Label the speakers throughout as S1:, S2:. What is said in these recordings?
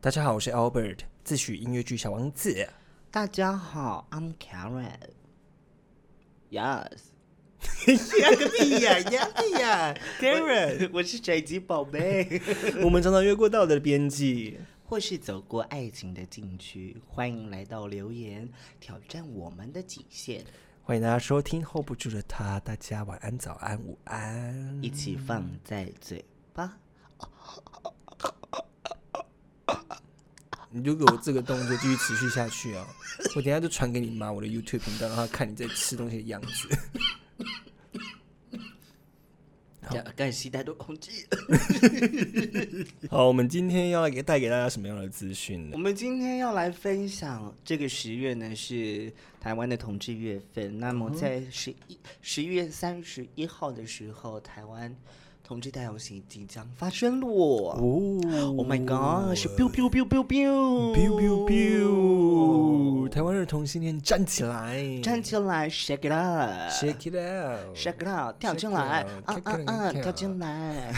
S1: 大家好，我是 Albert，自诩音乐剧小王子。
S2: 大家好，I'm Karen。Yes，
S1: 呀个屁呀呀屁呀！Karen，
S2: 我是宅急宝贝，
S1: 我们常常越过道德的边际。
S2: 或是走过爱情的禁区，欢迎来到留言挑战我们的极限，
S1: 欢迎大家收听 Hold 不住的他，大家晚安、早安、午安。
S2: 一起放在嘴巴。
S1: 你就给我这个动作继续持续下去 哦，我等一下就传给你妈我的 YouTube 频道，让她看你在吃东西的样子。
S2: 感谢大家的空气。
S1: 好，我们今天要来给带给大家什么样的资讯呢
S2: 我？们今天要来分享这个十月呢是台湾的同志月份。那么
S1: 嗯
S2: 在十一十一月三十一号的时候，台湾同志大游行即将发生了。
S1: 哦
S2: Oh my god！是 biu biu biu biu biu
S1: biu biu biu，台湾的同性恋站起来，
S2: 站起来，shake it up，shake
S1: ，shake it out，
S2: it out，跳
S1: Shake
S2: 进
S1: it
S2: 来，
S1: out，
S2: 啊啊
S1: 跳
S2: 啊，
S1: 跳
S2: 跳进来。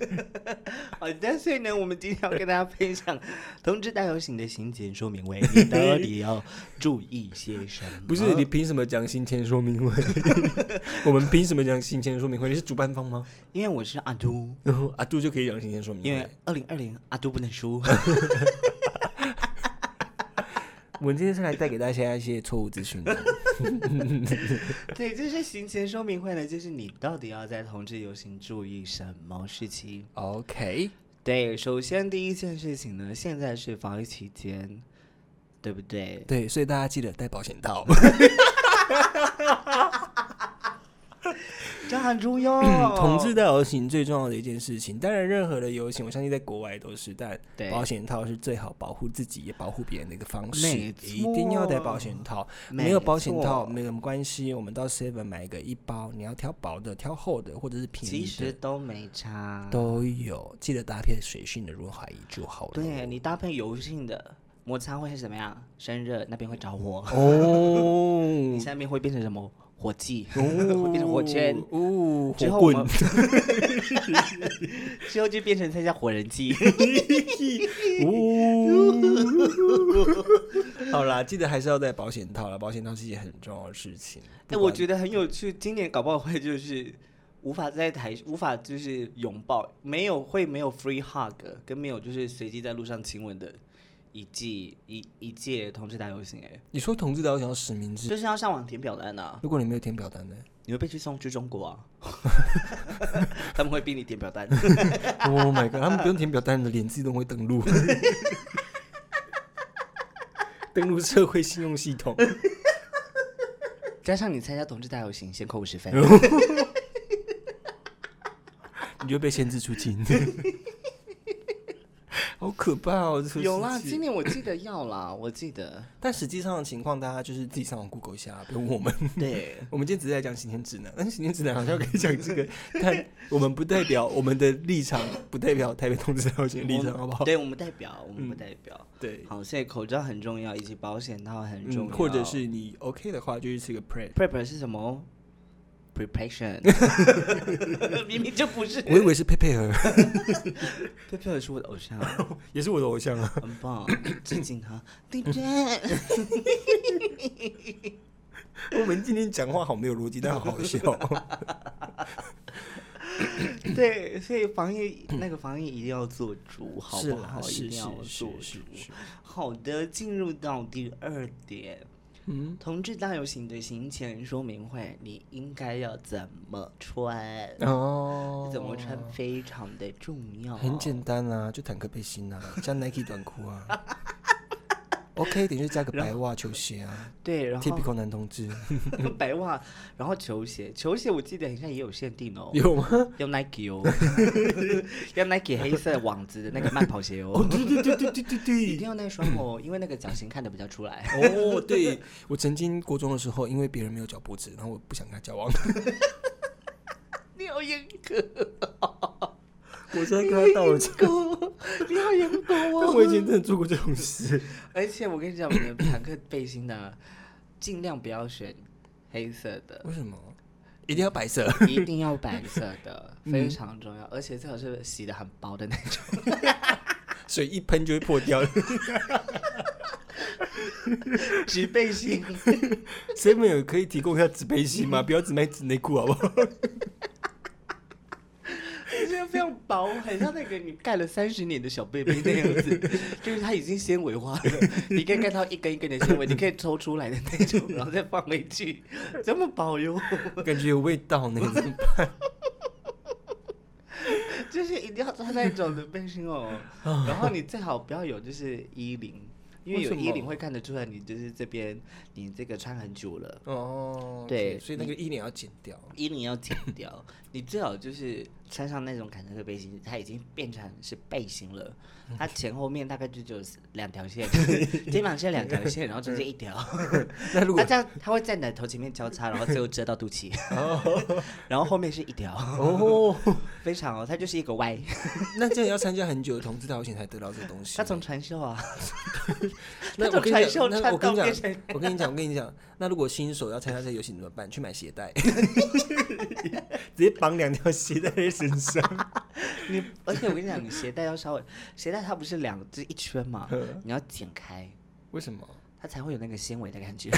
S2: 好的，所以呢，我们今天要跟大家分享同志大游行的行前说明会，你到底要注意些什么？
S1: 不是你凭什么讲行前说明 会？我们凭什么讲行前说明会？你是主办方吗？
S2: 因为我是阿都，
S1: 然后阿啊杜就可以讲行前说明
S2: 因
S1: 会
S2: 为。二零二零阿都不能 输。
S1: 我们今天是来带给大家一些错误资讯的。
S2: 对，就是行前说明会呢，就是你到底要在同志游行注意什么事情？
S1: OK，
S2: 对，首先第一件事情呢，现在是防疫期间，对不 对？
S1: 对，所以大家记得带保险套。
S2: 这很重要。
S1: 同志大游行最嗯重要的一件事情，当然任何的游行，我相信在国外都是，但
S2: 对
S1: 保险套是最好保护自己也保护别人的一个方式，
S2: 没
S1: 一定要带保险套。没有
S2: 没
S1: 保险套
S2: 错
S1: 没有关系，我们到 Seven 买个一包，你要挑薄的、挑厚的，或者是便宜
S2: 其实
S1: 的
S2: 都没差。
S1: 都有，记得搭配水性的润滑液就好了。
S2: 对你搭配油性的摩擦会是怎么样？生热那边会着火，
S1: 哦
S2: 你下面会变成什么？火计， 会变成火圈。
S1: 哦，
S2: 之
S1: 火
S2: 后我
S1: 棍
S2: 们，之后就变成参加火人机。
S1: 哦， 好啦，记得还是要带保险套啦，保险套是一件很重要的事情。
S2: 哎，我觉得很有趣，今年搞不好会就是无法在台，无法就是拥抱，没有会没有 free hug，跟没有就是随机在路上亲吻的一季一一届同志大游行，哎，
S1: 你说同志的，我想要实名制，
S2: 就是要上网填表单啊，
S1: 如果你没有填表单呢？
S2: 你会被去送去中国啊， 他们会逼你填表单。
S1: Oh my god！他们不用填表单，你的脸自动会登 录，登录社会信用系统。
S2: 加上你参加同志大游行，先扣五十分。
S1: 你就被限制出境， 好可怕哦！这个
S2: 有啦，
S1: 世界
S2: 今年我记得要啦，我记得。
S1: 但实际上的情况，大家就是自己上网 Google 一下，不用问我们。
S2: 对，
S1: 我们今天只是在讲行天指南，但是行天指南好像可以讲这个，但我们不代表我们的立场，不代表台北同志道歉的立场，好不好？
S2: 对我们代表，我
S1: 嗯
S2: 们不代表。
S1: 对，
S2: 好，所以口罩很重要，以及保险套很重
S1: 嗯，
S2: 要。
S1: 或者是你 OK 的话，就是吃个 prep。
S2: prep 是什么？preparation，明明就不是。
S1: 我以 为是佩佩尔，
S2: prep 是我的偶像，
S1: 也是我的偶像啊。
S2: 很棒，致敬他。对不 对？
S1: 我们今天讲话好没有逻辑，但好 好笑。
S2: 对，所以防疫那个防疫一定要做足，好
S1: 是
S2: 不
S1: 啦
S2: 好？一
S1: 是
S2: 定要
S1: 是
S2: 做
S1: 是
S2: 足
S1: 是。是
S2: 好的，进入到第二点，
S1: 嗯，
S2: 同志大游行的行前说明会，你应该要怎么穿？
S1: 哦，
S2: 怎么穿非常的重要。
S1: 很简单啊，就坦克背心 啊，加 Nike 短裤啊。OK 一点就加个白袜球鞋啊
S2: 对，然后
S1: ，typical 男同志
S2: 白袜，然后球鞋，球鞋我记得好像也有限 定哦，
S1: 有吗？
S2: 要 Nike 哦， 要 Nike 黑色网子的那个慢跑鞋
S1: 哦，
S2: 哦，
S1: 对对对对对对对
S2: 一定要那双哦，因为那个脚型看得比较出来。
S1: 哦，对，我曾经国中的时候，因为别人没有脚脖子，然后我不想跟他交往，
S2: 你好严格，
S1: 我现在跟他道歉。
S2: 你好严 格
S1: 但
S2: 哦。
S1: 我以前真的做过这种事，
S2: 而且我跟你讲，我们的坦克背心呢，尽量不要选黑色的，
S1: 为什么？一定要白色？
S2: 一定要嗯 白色的，非常重要。而且最好是洗的很薄的那种。
S1: 水一喷就会破 掉。
S2: 纸背心，
S1: seven 有可以提供一下纸背心吗？不要只卖纸内裤好不好？
S2: 这个非常薄，很像那个你盖了三十年的小贝贝那样 子，就是它已经纤维化了， 你可以看到一根一根的纤维，你可以抽出来的那 种，然后再放回去，这么薄哟，
S1: 感觉有味道 呢。怎么办
S2: 就是一定要穿那种的背心 哦。然后你最好不要有就是衣领，因为有
S1: 为什么
S2: 衣领会看得出来你就是这边你这个穿很久了。
S1: 哦，
S2: 对
S1: 所以那个一脸要剪掉。
S2: 衣领要剪掉， 你最好就是穿上那种感觉的背心，它已经变成是背心了，它前后面大概就只有两条线， 肩膀线两条线，然后中间一条，
S1: 那如
S2: 它
S1: 果
S2: 这样它会在你的头前面交叉，然后最后遮到肚脐， 然后后面是一条，
S1: 哦，
S2: 非常哦，它就是一个歪，
S1: 那这样要参加很久的同志大游行才得到这个东西。
S2: 它从传授啊，
S1: 那
S2: 它
S1: 我
S2: 从
S1: 跟
S2: 传
S1: 你
S2: 授
S1: 讲，那
S2: 传
S1: 我跟
S2: 到
S1: 你
S2: 变
S1: 讲，
S2: 成
S1: 我跟你讲，我跟你讲，那如果新手要参加这个游行怎么办？去买鞋 带，直接绑两条鞋带在身上。
S2: 你，而且我跟你讲，你鞋带要稍微，鞋带它不是两只一圈嘛，你要剪开，
S1: 为什么？
S2: 它才会有那个纤维的感觉。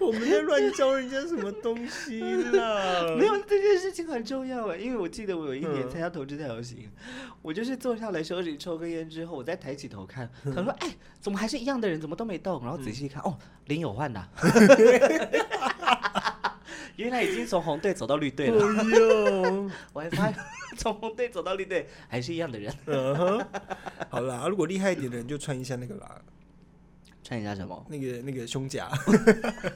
S1: 我们在乱教人家什么东西啦？
S2: 没有这件事情很重要啊，因为我记得我有一年
S1: 嗯
S2: 参加同志大游行，我就是坐下来休息抽根烟之后，我再抬起头看，他说：“哎，怎么还是一样的人，怎么都没动？”然后仔细一看，哦，林有换的啊， 原来已经从红队走到绿队了。
S1: 哎呦，
S2: 我还发现从红队走到绿队还是一样的人，
S1: 嗯哼好啦，啊如果厉害一点的人就穿一下那个啦，
S2: 穿一下什么？
S1: 那个那个胸甲。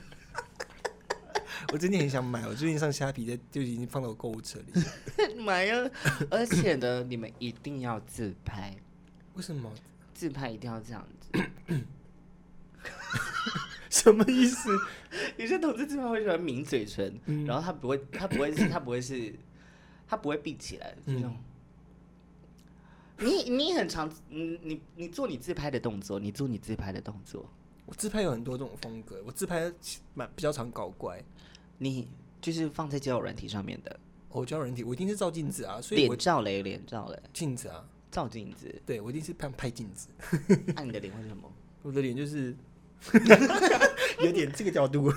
S1: 我真的很想买，我最近上虾皮在就已经放到我购物车里。
S2: 买呀！而且呢，你们一定要自拍，
S1: 为什么？
S2: 自拍一定要这样子。
S1: 什么意思？ 嗯
S2: 有些同志自拍会喜欢抿嘴唇，然后他不会，他不会是，他不会是，他不会闭起来，就这种。
S1: 嗯
S2: 你你很常，你你你做你自拍的动作，你做你自拍的动作，
S1: 我自拍有很多这种风格，我自拍蛮比较常搞怪。
S2: 你就是放在交友软体上面的
S1: 我教人体，我一定是照镜子啊，所以
S2: 脸
S1: 我
S2: 照嘞，脸照嘞，
S1: 镜子啊，
S2: 照镜 子，
S1: 对我一定是拍拍镜子，
S2: 按、你的脸会是什么？
S1: 我的脸就是 有点这个角度，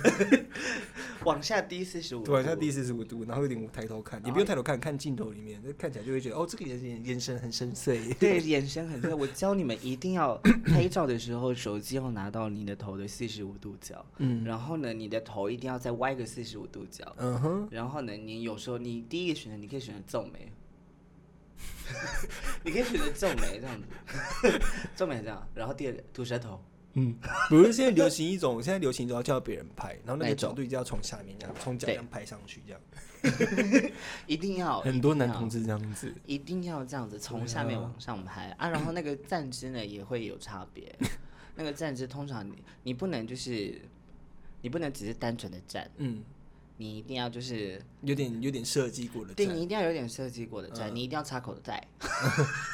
S2: 往下低四十五，
S1: 对，像第四十五度，然后有点我抬头看，也不用抬头看，看镜头里面，那看起来就会觉得哦，这个人眼眼神很深邃。
S2: 对，眼神很对。我教你们一 定要拍照的时候，手机要拿到你的头的四十五度角，嗯，然后呢，你的头一定要再歪个四十五度角，
S1: 嗯哼，
S2: 然后呢，你有时候你第一个选择，你可以选择皱 眉，你可以选择皱眉这样子，皱眉这样，然后第二个吐舌头，
S1: 嗯，不是现在流行一种，现在流行一种要叫别人拍，然后那
S2: 哪
S1: 个
S2: 一
S1: 角
S2: 种
S1: 度一定要从下面这样，从脚这
S2: 对
S1: 样拍上去这样。
S2: 一定要
S1: 很多男
S2: 同
S1: 同志这样子，
S2: 一定要这样子从下面往上拍啊，然后那个站姿呢也会有差 别，那个站姿通常你你不能就是你不能只是单纯的站，
S1: 嗯，
S2: 你一定要就是
S1: 有点有点设计过的
S2: 对
S1: 站
S2: 你一定要有点设计过的站，你一定要插口袋。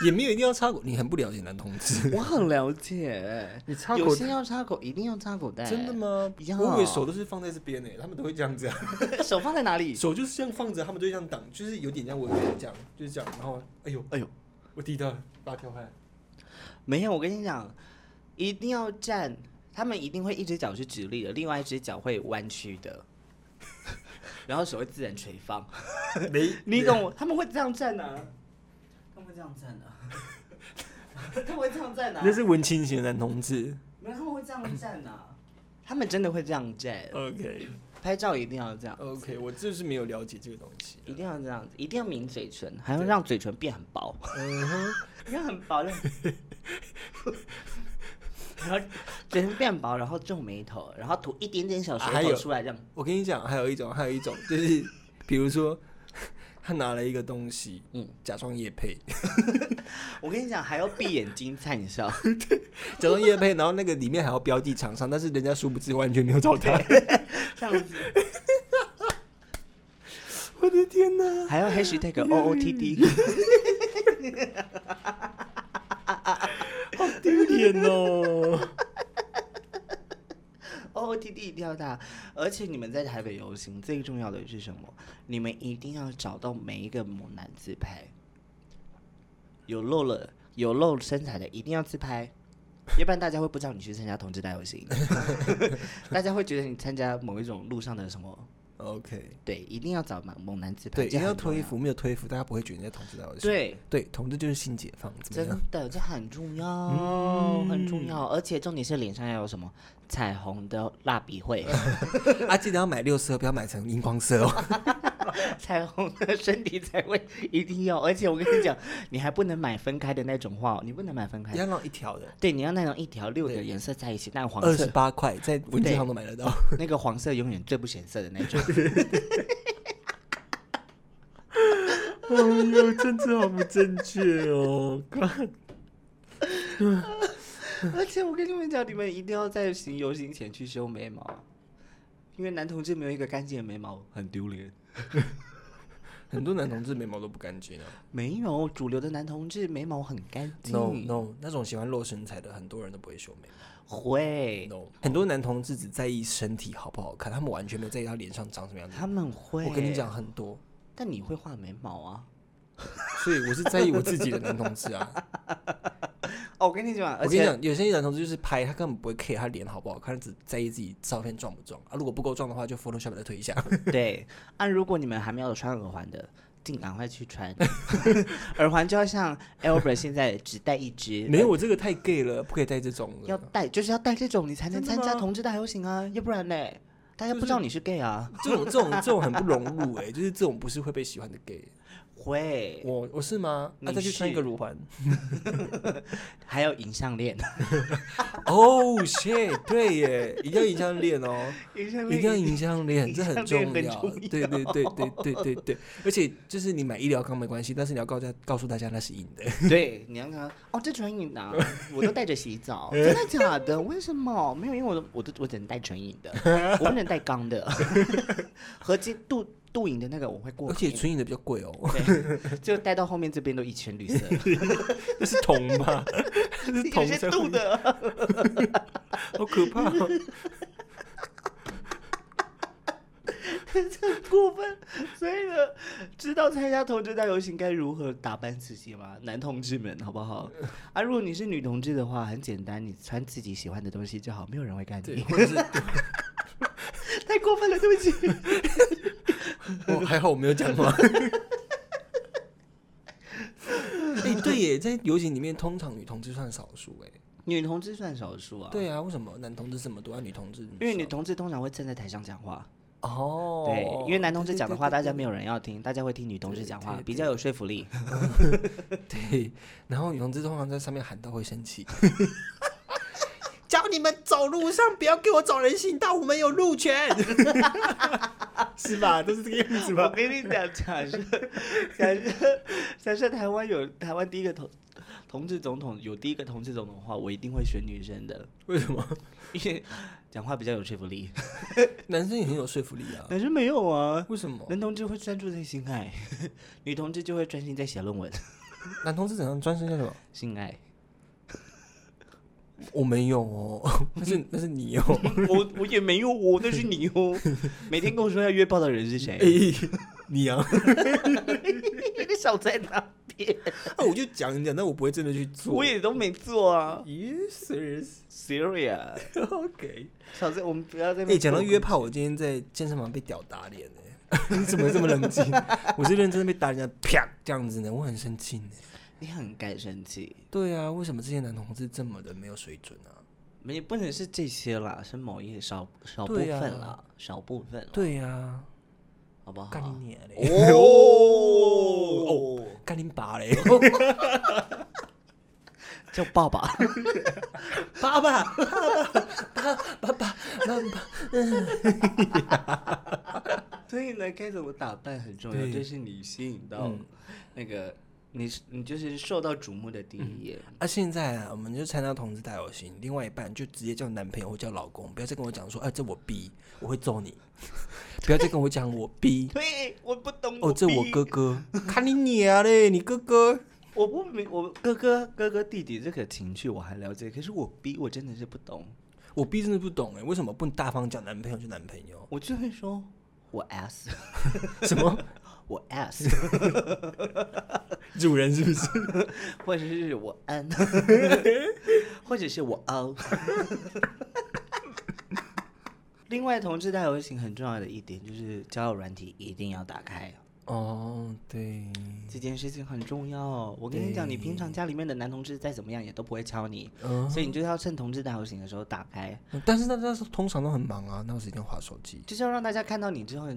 S1: 也没有一定要插口，你很不了解男同志。
S2: 我很了解，
S1: 你插
S2: 有
S1: 口
S2: 些要插口，一定要插口袋。
S1: 真的？吗？
S2: 要
S1: 我以为手都是放在这边呢，他们都会这样子 啊，
S2: 手放在哪里？
S1: 手就是这样放着，他们就这样挡，就是有点像我有点这样，就是这样。然后，哎呦
S2: 哎呦，
S1: 我踢到了，把它跳 开。
S2: 没有，我跟你讲，一定要站，他们一定会一只脚是直立的，另外一只脚会弯曲 的，然后手会自然垂放。
S1: 没，
S2: 你懂 我？他们会这样站啊，他们会这样站啊， 他们会这样站啊，
S1: 那是文青型的男同志。
S2: 没有，他们会这样站啊，他们真的会这样站，
S1: OK
S2: 拍照一定要这样。
S1: OK，我就是没有了解这个东西。
S2: 一定要这样子，一定要抿嘴唇，还要让嘴唇变很 薄，
S1: 嗯哼，
S2: 让很薄，让 然后嘴唇变薄，然后皱眉头，然后吐一点点小舌
S1: 还
S2: 头
S1: 有
S2: 出来，这样
S1: 我跟你讲，还有一种，还有一种就是，比如说 他拿了一个东西，嗯
S2: 嗯，
S1: 假装叶配，
S2: 我跟你讲，还要闭眼睛灿笑，
S1: 假装叶配，然后那个里面还要标记厂商，但是人家殊不知完全没有找 他。
S2: 这样子，
S1: 我的天哪！
S2: 还要 hashtag OOTD，
S1: 丢脸哦！
S2: OOTD 一定要大。而且你们在台北游行最重要的是什么？你们一定要找到每一个猛男自拍。有露了有露身材的一定要自拍，要不然大家会不知道你去参加同志大游行， 大家会觉得你参加某一种路上的什么。
S1: OK，
S2: 对，一定要找猛猛男自拍，
S1: 对，
S2: 这
S1: 一定要
S2: 很重
S1: 脱衣服，没有脱衣服，大家不会觉得你在同志大游行。
S2: 对，
S1: 对，同志就是性解放，怎么
S2: 真
S1: 样？嗯
S2: 的，这很重要，很重要。而且重点是脸上要有什么彩虹的蜡笔绘，
S1: 啊，记得要买六色，不要买成荧光 色哦。
S2: 彩虹的身体才会一定要。而且我跟你讲，你还不能买分开的那种画、哦，你不能买分开
S1: 你。要弄一条的，
S2: 对，你要那种一条六的
S1: 对
S2: 颜色在一起，但黄
S1: 二十
S2: 色
S1: 八块，在文具行都买得到。
S2: 那个黄色永远最不显色的 那种。
S1: 哎呦，政治好不正确哦！
S2: 而且我跟你们讲，你们一定要在行游行前去修眉毛，因为男同志没有一个干净的眉毛很丢脸。
S1: 很多男同志眉毛都不干净啊。
S2: 没有，主流的男同志眉毛很干净。
S1: No No，那种喜欢露身材的，很多人都不会修眉毛。
S2: 会，
S1: No，很多男同志只在意身体好不好看，他们完全没有在意他脸上长什么样子。
S2: 他们会。
S1: 我跟你讲，很多，
S2: 但你会画眉毛啊？
S1: 所以我是在意我自己的男同志啊。
S2: 哦，我跟你讲，
S1: 我
S2: 而
S1: 跟你
S2: 且
S1: 讲，有些男同志就是拍，他根本不会 care 他脸好不好看，他只在意自己照片壮不壮啊。如果不够壮的话，就 Photoshop 再推 一下。
S2: 对，啊，如果你们还没有穿耳环的，尽赶快 去穿。耳环就要像 Albert 现在只戴一只，
S1: 没有，我这个太 gay 了，不可以戴这种的。
S2: 要戴就是要戴这种，你才能
S1: 真的
S2: 参加
S1: 吗
S2: 同志大游行啊，要不然呢，大家
S1: 就
S2: 不知
S1: 是
S2: 道你是 gay 啊。
S1: 这种这种这种很不融入哎、就是这种不是会被喜欢的 gay。
S2: 会，
S1: 我我是吗？那、
S2: 你
S1: 再去穿一个
S2: 是
S1: 乳环。
S2: 还有影像链，
S1: 哦、shit，对耶，一定要影像练 哦。
S2: 影像
S1: 一定要影响脸，
S2: 影
S1: 这很
S2: 响
S1: 重
S2: 力很
S1: 要
S2: 重。
S1: 对对对对对对对，而且就是你买医疗康没关系，但是你要告诉告诉大家那是硬的。
S2: 对，你要看哦，这唇印啊，我都带着洗澡， 真的假的？为什么？没有，因为我都我都我只能带唇印的，我不能带 钢的。 合金镀镀银的那个我会过
S1: 而
S2: 敏，
S1: 且纯饮的比较贵哦，
S2: 对，就带到后面这边都一 圈绿色，
S1: 那是铜吧？ 那是
S2: 有
S1: 铜
S2: 些
S1: 才
S2: 镀
S1: 会，
S2: 的。
S1: 好可怕哦！
S2: 过分。所以呢，知道参加同志大游行该如何打扮自己吗？男同志们，好不好？啊，如果你是女同志的话，很简单，你穿自己喜欢的东西就好，没有人会干
S1: 对，
S2: 你。
S1: 或者 是
S2: 太过分了，对不起。
S1: 我还好我没有讲话。哎、对耶，在游行里面，通常女同志算少数哎。
S2: 女同志算少数啊。。
S1: 对啊，为什么男同志这么多，啊、女同志这么
S2: 因为女
S1: 少
S2: 同志通常会站在台上讲话，
S1: 哦，
S2: 对，因为男同志
S1: 对
S2: 讲的话大家没
S1: 有
S2: 有人要听，大家会听女同志讲话
S1: 对，对
S2: 比较有说服力。
S1: 对，然后女同志通常在上面喊到会生 气。
S2: 教你们走路上不要给我走人行道，我们有路 权。
S1: 是吧？都是这个样子
S2: 我？跟你讲，假设 假设假设台湾有台湾第一个同同志总统有第一个同志总统的话，我一定会选女生的，
S1: 为什么？
S2: 因为讲话比较有说服 力。
S1: 男生也很有说服力啊？
S2: 男生没有啊，
S1: 为什么？
S2: 男同志会专注在性爱， 女同志就会专心在写论文。
S1: 男同志怎样专心干什么？
S2: 性爱，
S1: 我没有哦， 但是但是你哦。
S2: 我我也没有哦，那是你哦。 每天跟我说要约炮的人是谁？
S1: 哎 你啊，
S2: 那个手在哪边？
S1: 那我就讲一讲，但我不会真的去做。
S2: 我也都没做 啊。
S1: Yes,
S2: Syria，
S1: OK。
S2: 小子，我们不要再
S1: 哎、讲到约炮，我今天在健身房被屌打脸哎、 你怎么这么冷静？ 我是认真的被打人家啪这样子呢，我很生气呢。
S2: 你很该生气。
S1: 对啊，为什么这些男同志这么的没有水准啊？
S2: 没不能是这些啦，是某一少少部
S1: 对
S2: 分
S1: 呀
S2: 啦，少部分啦，
S1: 对啊，
S2: 好不好？
S1: 干你娘嘞！ 哦，
S2: 哦，
S1: 干你爸嘞！
S2: 叫爸爸，
S1: 爸爸，爸爸，爸爸，爸爸，
S2: 所以呢，该怎么打扮很重要，
S1: 对
S2: 就是你吸引到那个你是你就是受到瞩目的第一眼，
S1: 啊，现在啊，我们就参加同志大游行，另外一半就直接叫男朋友或叫老公，不要再跟我讲说，哎、这我逼，我会揍你，不要再跟我讲我逼，
S2: 对，我不懂，
S1: 哦，这我
S2: 逼
S1: 哥，哥，看你娘嘞，你哥哥，
S2: 我不明，我哥哥哥哥弟弟这个情绪我还了解，可是我逼我真的是不懂，
S1: 我逼真的不懂哎，为什么不大方讲男朋友就男朋友？
S2: 我就会说我 S，
S1: 什么？
S2: 我 ass，
S1: 主人是不是？
S2: 或者是我 n，或者是我 o。另外，同志大游行很重要的一点就是交友软体一定要打开，
S1: 哦，对，
S2: 这件事情很重要哦。我跟你讲，你平常家里面的男同志再怎么样也都不会敲你，
S1: 嗯、
S2: 所以你就是要趁同志大游行的时候打开，
S1: 但是那那时候通常都很忙啊，那个时间划手机。
S2: 就是要让大家看到你之后，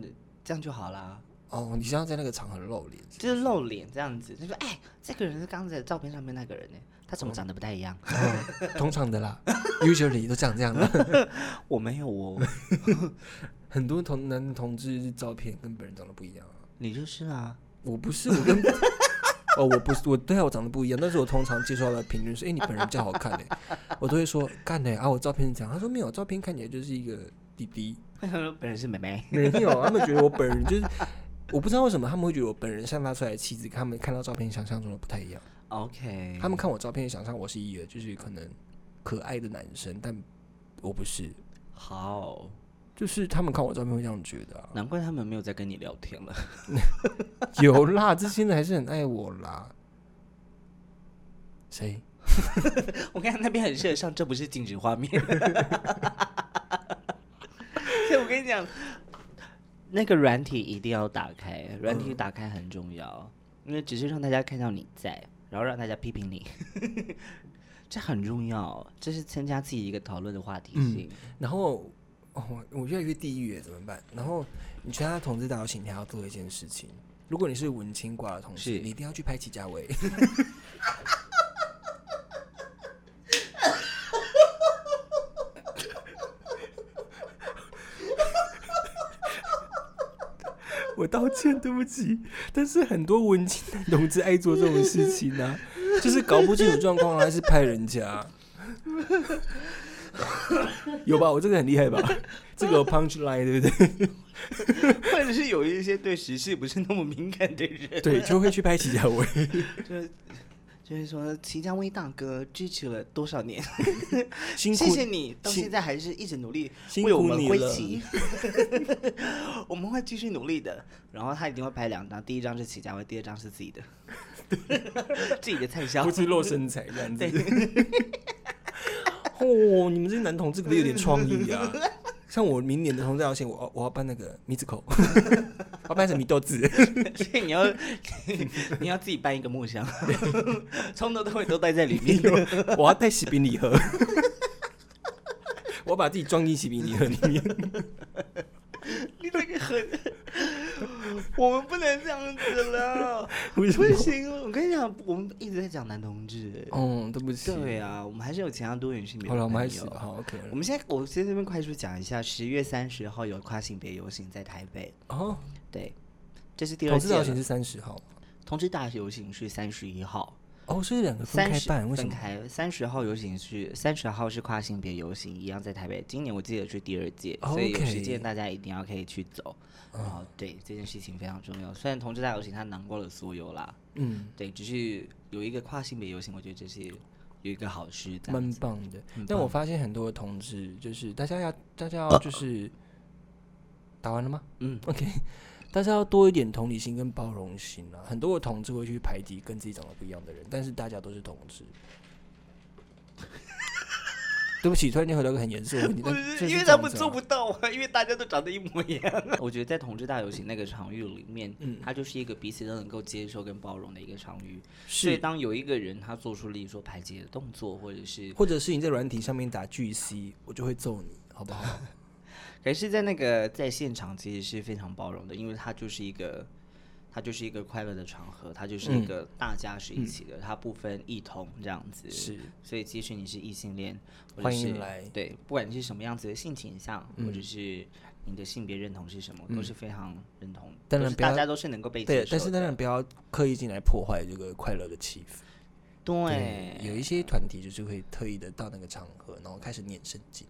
S2: 这样就好啦。
S1: 哦，你想要在那个场合露脸，
S2: 就是露脸这样子，就说哎，这个人是刚才照片上面那个人呢，他怎么长得不太一样？
S1: 哦、通常的啦，usually 都长这样的。
S2: 我没有哦，
S1: 很多同男同志照片跟本人长得不一样啊。
S2: 你就是 啊，
S1: 我不是，我 跟哦，我不是，我对啊，我长得不一样。但是我通常接受到的评论是，哎、你本人比较好看 哎、我都会说干哎、啊，我照片是这样。他说没有，照片看起来就是一个弟弟。
S2: 本人是妹妹，
S1: 没有，他们觉得我本人就是，我不知道为什么他们会觉得我本人散发出来的气质，跟他们看到照片想象中的不太一样。
S2: OK，
S1: 他们看我照片想象我是一个就是可能可爱的男生，但我不是，
S2: 好，
S1: 就是他们看我照片会这样觉得、啊。
S2: 难怪他们没有在跟你聊天了。
S1: 有啦，这些人还是很爱我啦。谁？
S2: 我看那边很适合上，这不是静止画面。 所以我跟你讲，那个软体一定要打开，软体打开很重要，因为只是让大家看到你在，然后让大家批评你， 这很重要，这是增加自己一个讨论的话题性。
S1: 然后哦，我我越来越地狱耶，怎么办？然后你去他同志大游行，你还要做一件事情。如果你是文青挂的同事，
S2: 是
S1: 你一定要去拍齐家伟。 我道歉，对不起。但是很多文青男同志爱做这种事情呢、就是搞不清楚状况，啊还是拍人家。啊有吧？我这个很厉 害吧？这个有 punch line 对不对？
S2: 或者是有一些对时事不是那么敏感的人，
S1: 对，就会去拍齐家伟。
S2: 就是就是说，齐家威大哥支持了多少年？
S1: 辛苦
S2: 谢谢你，到
S1: 辛
S2: 现在还是一直努力
S1: 辛
S2: 为我
S1: 苦
S2: 们
S1: 你
S2: 挥
S1: 了
S2: 旗， 我们会继续努力的。然后他一定会拍两张，第一张是齐家威，第二张是自 己的，自己的菜销
S1: 不。是露身材这样子。哦，你们这些男同志可得有点创意 啊！像我明年的同志要线，我我要办那个米字 口，我要办成米豆子。
S2: 所以你要 你要自己搬一个 木箱， 从头到尾都待在里面。
S1: 我要带喜饼礼盒， 我要把自己装进喜饼礼盒里面。
S2: 你这个很，我们不能这样子了，
S1: 为什
S2: 不
S1: 么？
S2: 行。我跟你讲，我们一直在讲男同志。
S1: 哦，对不起。
S2: 对哎啊，我们还是有其他多元性别。
S1: 好了，我们还是好 OK 了
S2: 我。们现在，我先这边快速讲一下，十月三十号有跨性别游行在台北，
S1: 哦，
S2: 对，这是第
S1: 同
S2: 二
S1: 志
S2: 届
S1: 造型
S2: 了。
S1: 是三十号。
S2: 同志大游行是三十一号，
S1: 哦，所以两个分
S2: 三
S1: 开
S2: 十
S1: 办，为什
S2: 分
S1: 么？
S2: 开。三十号游行是三十号是跨性别游行，一样在台北。今年我记得是第二届，所以有
S1: OK 嗯
S2: 时间大家一定要可以去走。哦，对，这件事情非常重要。虽然同志大游行它囊括了所有啦，
S1: 嗯，
S2: 对，只是有一个跨性别游行，我觉得这是有一个好事。这样
S1: 蛮棒的
S2: 很。
S1: 但我发现很多的同志，就是大家要，大家要就是、打完了吗？
S2: 嗯
S1: ，OK，大家要多一点同理心跟包容心啊。很多的同志会去排挤跟自己长得不一样的人，但是大家都是同志。对不起，突然间回到一个很严肃的问题，
S2: 不
S1: 但
S2: 是，
S1: 就
S2: 因为
S1: 这
S2: 他
S1: 样
S2: 们
S1: 子啊
S2: 做不到啊，因为大家都长得一模一样。啊我觉得在同志大游行那个场域里面，
S1: 嗯
S2: 它就是一个彼此都能够接受跟包容的一个场域。所以
S1: 是，
S2: 当有一个人他做出例如说排解的动作，或者是，
S1: 或者是你在软体上面打巨 C，我就会揍你，好不好？
S2: 可是，在那个在现场其实是非常包容的，因为它就是一个。它就是一个快乐的场合，它就是
S1: 嗯
S2: 一个大家是一起的，它不分异同这样子。
S1: 是，
S2: 所以即使你是异性恋，或者
S1: 欢迎
S2: 是
S1: 来嗯
S2: 对，不管你是什么样子的性倾向，或者是你的性别认同是什么，都是非常认同。
S1: 当
S2: 都
S1: 然
S2: 是
S1: 不要
S2: 大家都是能够被接
S1: 对，
S2: 受
S1: 但是
S2: 的。
S1: 当然不要刻意进来破坏这个快乐的气氛。
S2: 对，
S1: 有一些团体就是会特意的到那个场合，然后开始念圣经，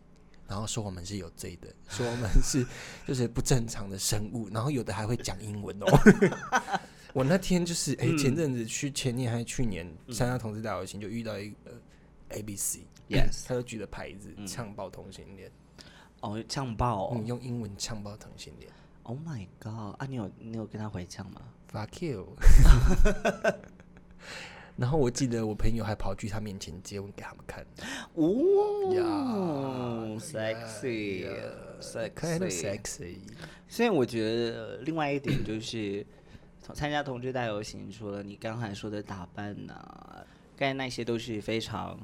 S1: 然后说我们是有罪的，说 我们是就是不正常的生物，然后有的还会讲英文哦。 我那天就是哎、
S2: 嗯
S1: 前阵子去前年还是去年参加同志大游行，就遇到一个 A B C，
S2: Yes 嗯
S1: 他就举着牌子呛爆同性恋，
S2: 哦，呛爆哦、
S1: 嗯你用英文呛爆同性恋，
S2: Oh my god！啊，你有你有跟他回呛吗？
S1: fuck you。然后我记得我朋友还跑去他面前接吻给他们 看
S2: 哦，sexy，
S1: ，kind of
S2: sexy。
S1: sexy。
S2: 所以我觉得另外一点就是，从参加同志大游行，除了你刚才说的打扮呐、刚才那些都是非常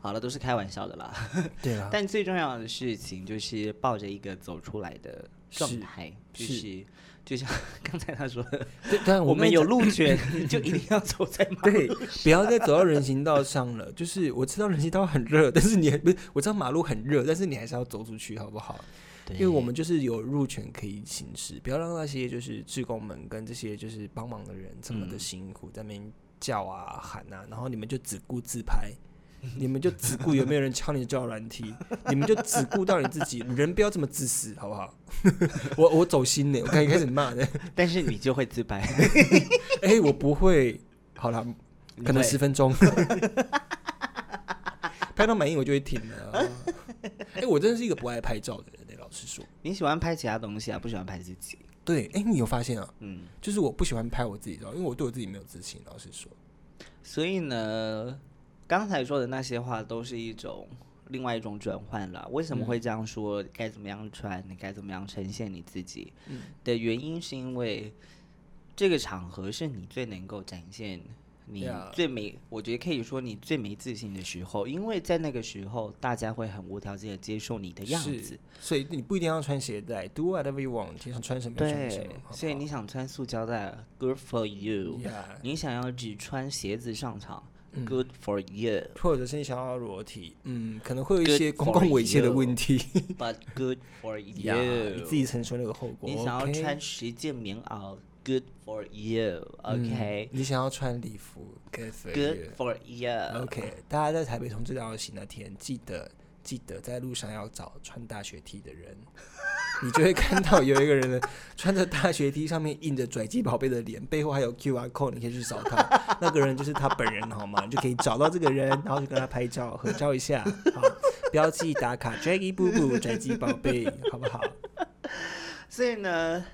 S2: 好了，都是开玩笑的啦。
S1: 对啊，
S2: 但最重要的事情就是抱着一个走出来的状
S1: 是
S2: 态，就是是就像刚才他说的，
S1: 对， 但
S2: 我
S1: 我
S2: 们
S1: 们
S2: 有路权， 就一定要走在马路。
S1: 对，不要再走到人行道上了。 就是我知道人行道很热，但是你还不是我知道马路很热，但是你还是要走出去，好不好？因为我们就是有入权可以行使，不要让那些就是志工们跟这些就是帮忙的人这么的辛苦，在那边叫啊喊啊，然后你们就只顾自拍，你们就只顾有没有人敲你的脚软踢，你们就只顾到你自己，人不要这么自私，好不好？ 我我走心呢，我刚才开始骂呢，
S2: 但是你就会自拍，
S1: 哎、我不会，好啦，可能
S2: 你会
S1: 十分钟， 拍到满意我就会停了 啊。哎、我真的是一个不爱拍照的人、欸，老实说。
S2: 你喜欢拍其他东西啊，不喜欢拍自己。
S1: 对，哎、你有发现啊？
S2: 嗯，
S1: 就是我不喜欢拍我自己照，因为我对我自己没有自信。老实说，
S2: 所以呢，刚才说的那些话都是一种另外一种转换啦。为什么
S1: 嗯
S2: 会这样说？该怎么样穿？你该怎么样呈现你自己？
S1: 嗯
S2: 的原因是因为这个场合是你最能够展现你
S1: Yeah
S2: 最没我觉得可以说你最没自信的时候，因为在那个时候大家会很无条件的接受你的样子。
S1: 是，所以你不一定要穿鞋带，do whatever you want，你想穿什么就穿什
S2: 对
S1: 么。好不，好嗯
S2: 所以你想穿塑胶带，good for you；、
S1: Yeah
S2: 你想要只穿鞋子上场，good
S1: 嗯
S2: for you。
S1: 或者是你想要裸体，嗯，可能会有一
S2: Good
S1: 些公共
S2: for
S1: 猥亵的问题
S2: But good for you，、
S1: Yeah，你自己承受那个后果。
S2: 你想要
S1: OK
S2: 穿十件棉袄，good for
S1: 嗯
S2: you，OK，good、
S1: 你想要穿礼服，good for you。
S2: for you。
S1: OK，大家在台北同志大游行那天，记得记得在路上要找穿大学 T 的 人，你就会看到有一个人穿着大学 T，上面印着拽鸡宝贝的脸，背后还有 QR code，你可以去扫 他。那个人就是他本人，好吗？你就可以找到这个人，然后就跟他拍照合照一下，好，标记打卡 j a g g y 布布拽鸡宝贝，好不好？
S2: 所以呢，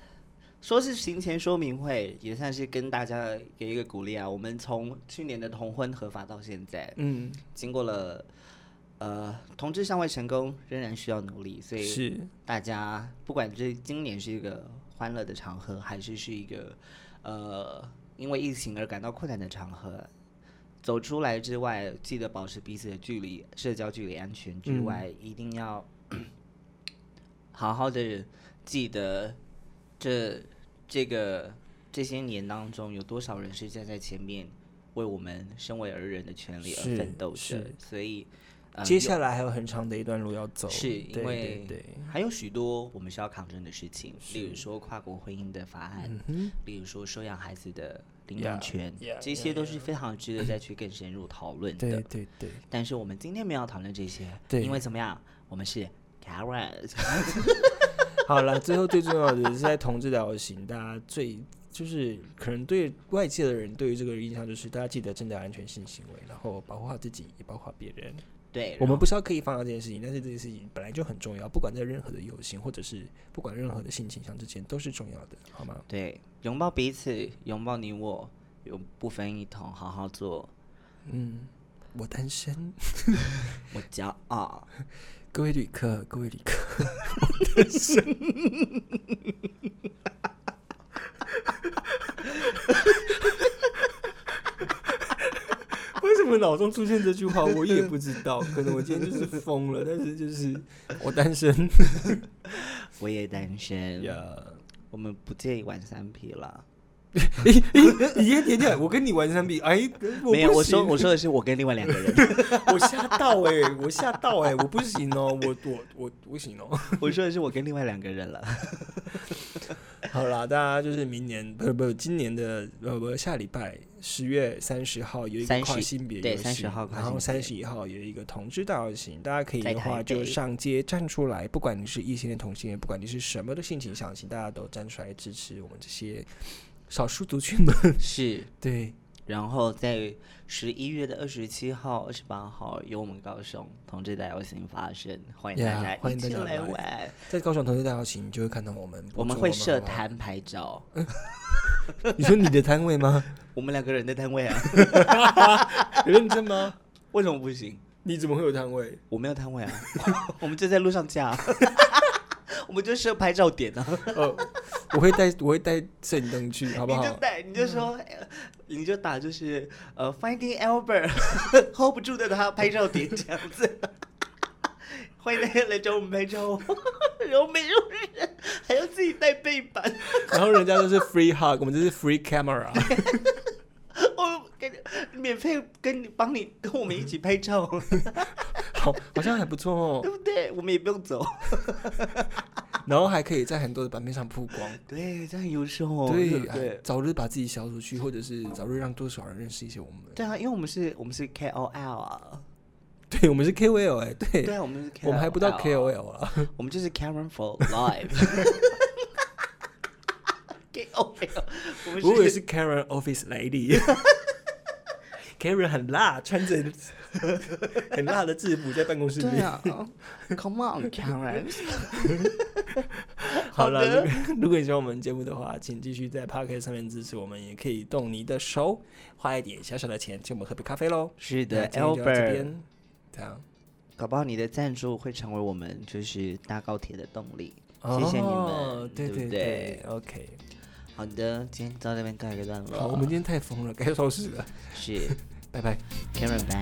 S2: 说是行前说明会，也算是跟大家给一个鼓励啊。我们从去年的同婚合法到现在，
S1: 嗯，
S2: 经过了呃同志尚未成功，仍然需要努力。所以
S1: 是
S2: 大家不管这今年是一个欢乐的场合，还是是一个呃因为疫情而感到困难的场合，走出来之外，记得保持彼此的距离、社交距离、安全之外，
S1: 嗯
S2: 一定要好好的记得这这个这些年当中，有多少人是站在前面为我们身为儿人的权利而
S1: 是
S2: 奋斗着
S1: 是，
S2: 所以。呃
S1: 接下来还有很长的一段路要走，
S2: 是因
S1: 对
S2: 为
S1: 对对，
S2: 还有许多我们需要抗争的事情，例如说跨国婚姻的法案，例如说收养孩子的领养
S1: 嗯 Yeah,
S2: 权
S1: yeah,
S2: 这些都是非常值得再去更深入讨论的。
S1: 对对对，
S2: 但是我们今天没有讨论这些，
S1: 对
S2: 因为怎么样，我们是 Karen，
S1: 好了，最后最重要的是在同志岛行，大家最就是可能对外界的人对于这个印象就是，大家记得正在安全性行为，然后保护好自己，也保护好别人。
S2: 对，
S1: 我们不是要刻意放大这件事情，但是这件事情本来就很重要，不管在任何的友情或者是不管任何的性倾向之前都是重要的，好吗？
S2: 对拥抱彼此，拥抱你我，有不分一同，好好做，
S1: 嗯，我单身，
S2: 我骄傲。
S1: 各位旅客，各位旅客，我单身。为什么脑中出现这句话，我也不知道。可能我今天就是疯了，但是就是我单 身
S2: 我也单 身
S1: 呀。
S2: 我们不介意玩三 P 啦。
S1: 咦咦，你先停下，我跟你玩三 B，哎，我
S2: 没有，
S1: 不
S2: 我说
S1: 行
S2: 我说的是我跟另外两个人，
S1: 我吓到哎、我吓到哎、我不行哦，我我我不行哦。
S2: 我说的是我跟另外两个人了。
S1: 好啦，大家就是明年不不，今年的呃不下礼拜十月三十号有一个
S2: 30
S1: 跨性别游
S2: 对
S1: 行
S2: 30号跨
S1: 然后
S2: 性
S1: 三
S2: 别
S1: 十一号有一个同志大游行，大家可以
S2: 在
S1: 的话
S2: 台
S1: 就
S2: 北
S1: 上街站出来，不管你是异性恋、同性恋，不管你是什么的性情 相请大家都站出来支持我们这些少数族群们。
S2: 是，
S1: 对，
S2: 然后在十一月的二十七号、二十八号有我们高雄同志大游行发生，欢迎大
S1: Yeah，
S2: 家
S1: 欢
S2: 一
S1: 迎大
S2: 起
S1: 家
S2: 来
S1: 来
S2: 玩。
S1: 在高雄同学大游行，你就会看到我们。
S2: 我们
S1: 不止
S2: 会设
S1: 好不好。
S2: 摊拍照，
S1: 你说你的摊位吗？
S2: 我们两个人的摊位啊，
S1: 认真吗？
S2: 为什么不行？
S1: 你怎么会有摊位？
S2: 我没有摊位啊， 我们就在路上架啊、 我们就设拍照点啊，
S1: 哦， 我会带我会带摄影灯去，好不
S2: 你就
S1: 好？
S2: 带，你就说，呃你就打就是呃，Finding Albert hold 不住的他拍照点这样子。欢迎大家来找我们拍照哦， 然后没有人还要自己带背板，
S1: 然后人家都是 free hug，我们这是 free camera。
S2: 我给你免费跟你帮你跟我们一起拍照，
S1: 好，好像还不错哦
S2: 对。不对？我们也不用走，
S1: 然后还可以在很多的版面上曝光，
S2: 对，这样很优秀哦，对
S1: 对哎
S2: 不对，
S1: 早日把自己消除去，或者是早日让多少人认识一些我们。
S2: 对啊，因为我们是我们是 KOL 啊，
S1: 对，我们是 KOL 哎，
S2: 对
S1: 对，
S2: 啊，我们是 KOL，
S1: 我们还不到
S2: 啊
S1: KOL 啊。
S2: 我们就是 Karen for life。K O L，我们
S1: 我以为
S2: 是
S1: 是 Karen Office Lady。Karen 很辣，穿着很辣的制服在办公室里
S2: 对
S1: 面。
S2: 啊，Come on Karen，
S1: 好了，
S2: 好的
S1: 如果如果你喜欢我们节目的话，请继续在 Pocket 上面支持我们，也可以动你的手，花一点小小的钱请我们喝杯咖啡喽。
S2: 是
S1: 那
S2: 的
S1: 今天就到这
S2: ，Albert，
S1: 边这样，
S2: 搞不好你的赞助会成为我们就是搭高铁的动力。
S1: 哦
S2: 谢谢你们，
S1: 对
S2: 不
S1: 对
S2: 对？
S1: ，OK。
S2: 好的，今天到这边告一个段落。
S1: 好，我们今天太疯了，该收拾了，
S2: 是
S1: 拜拜。
S2: Karen 拜。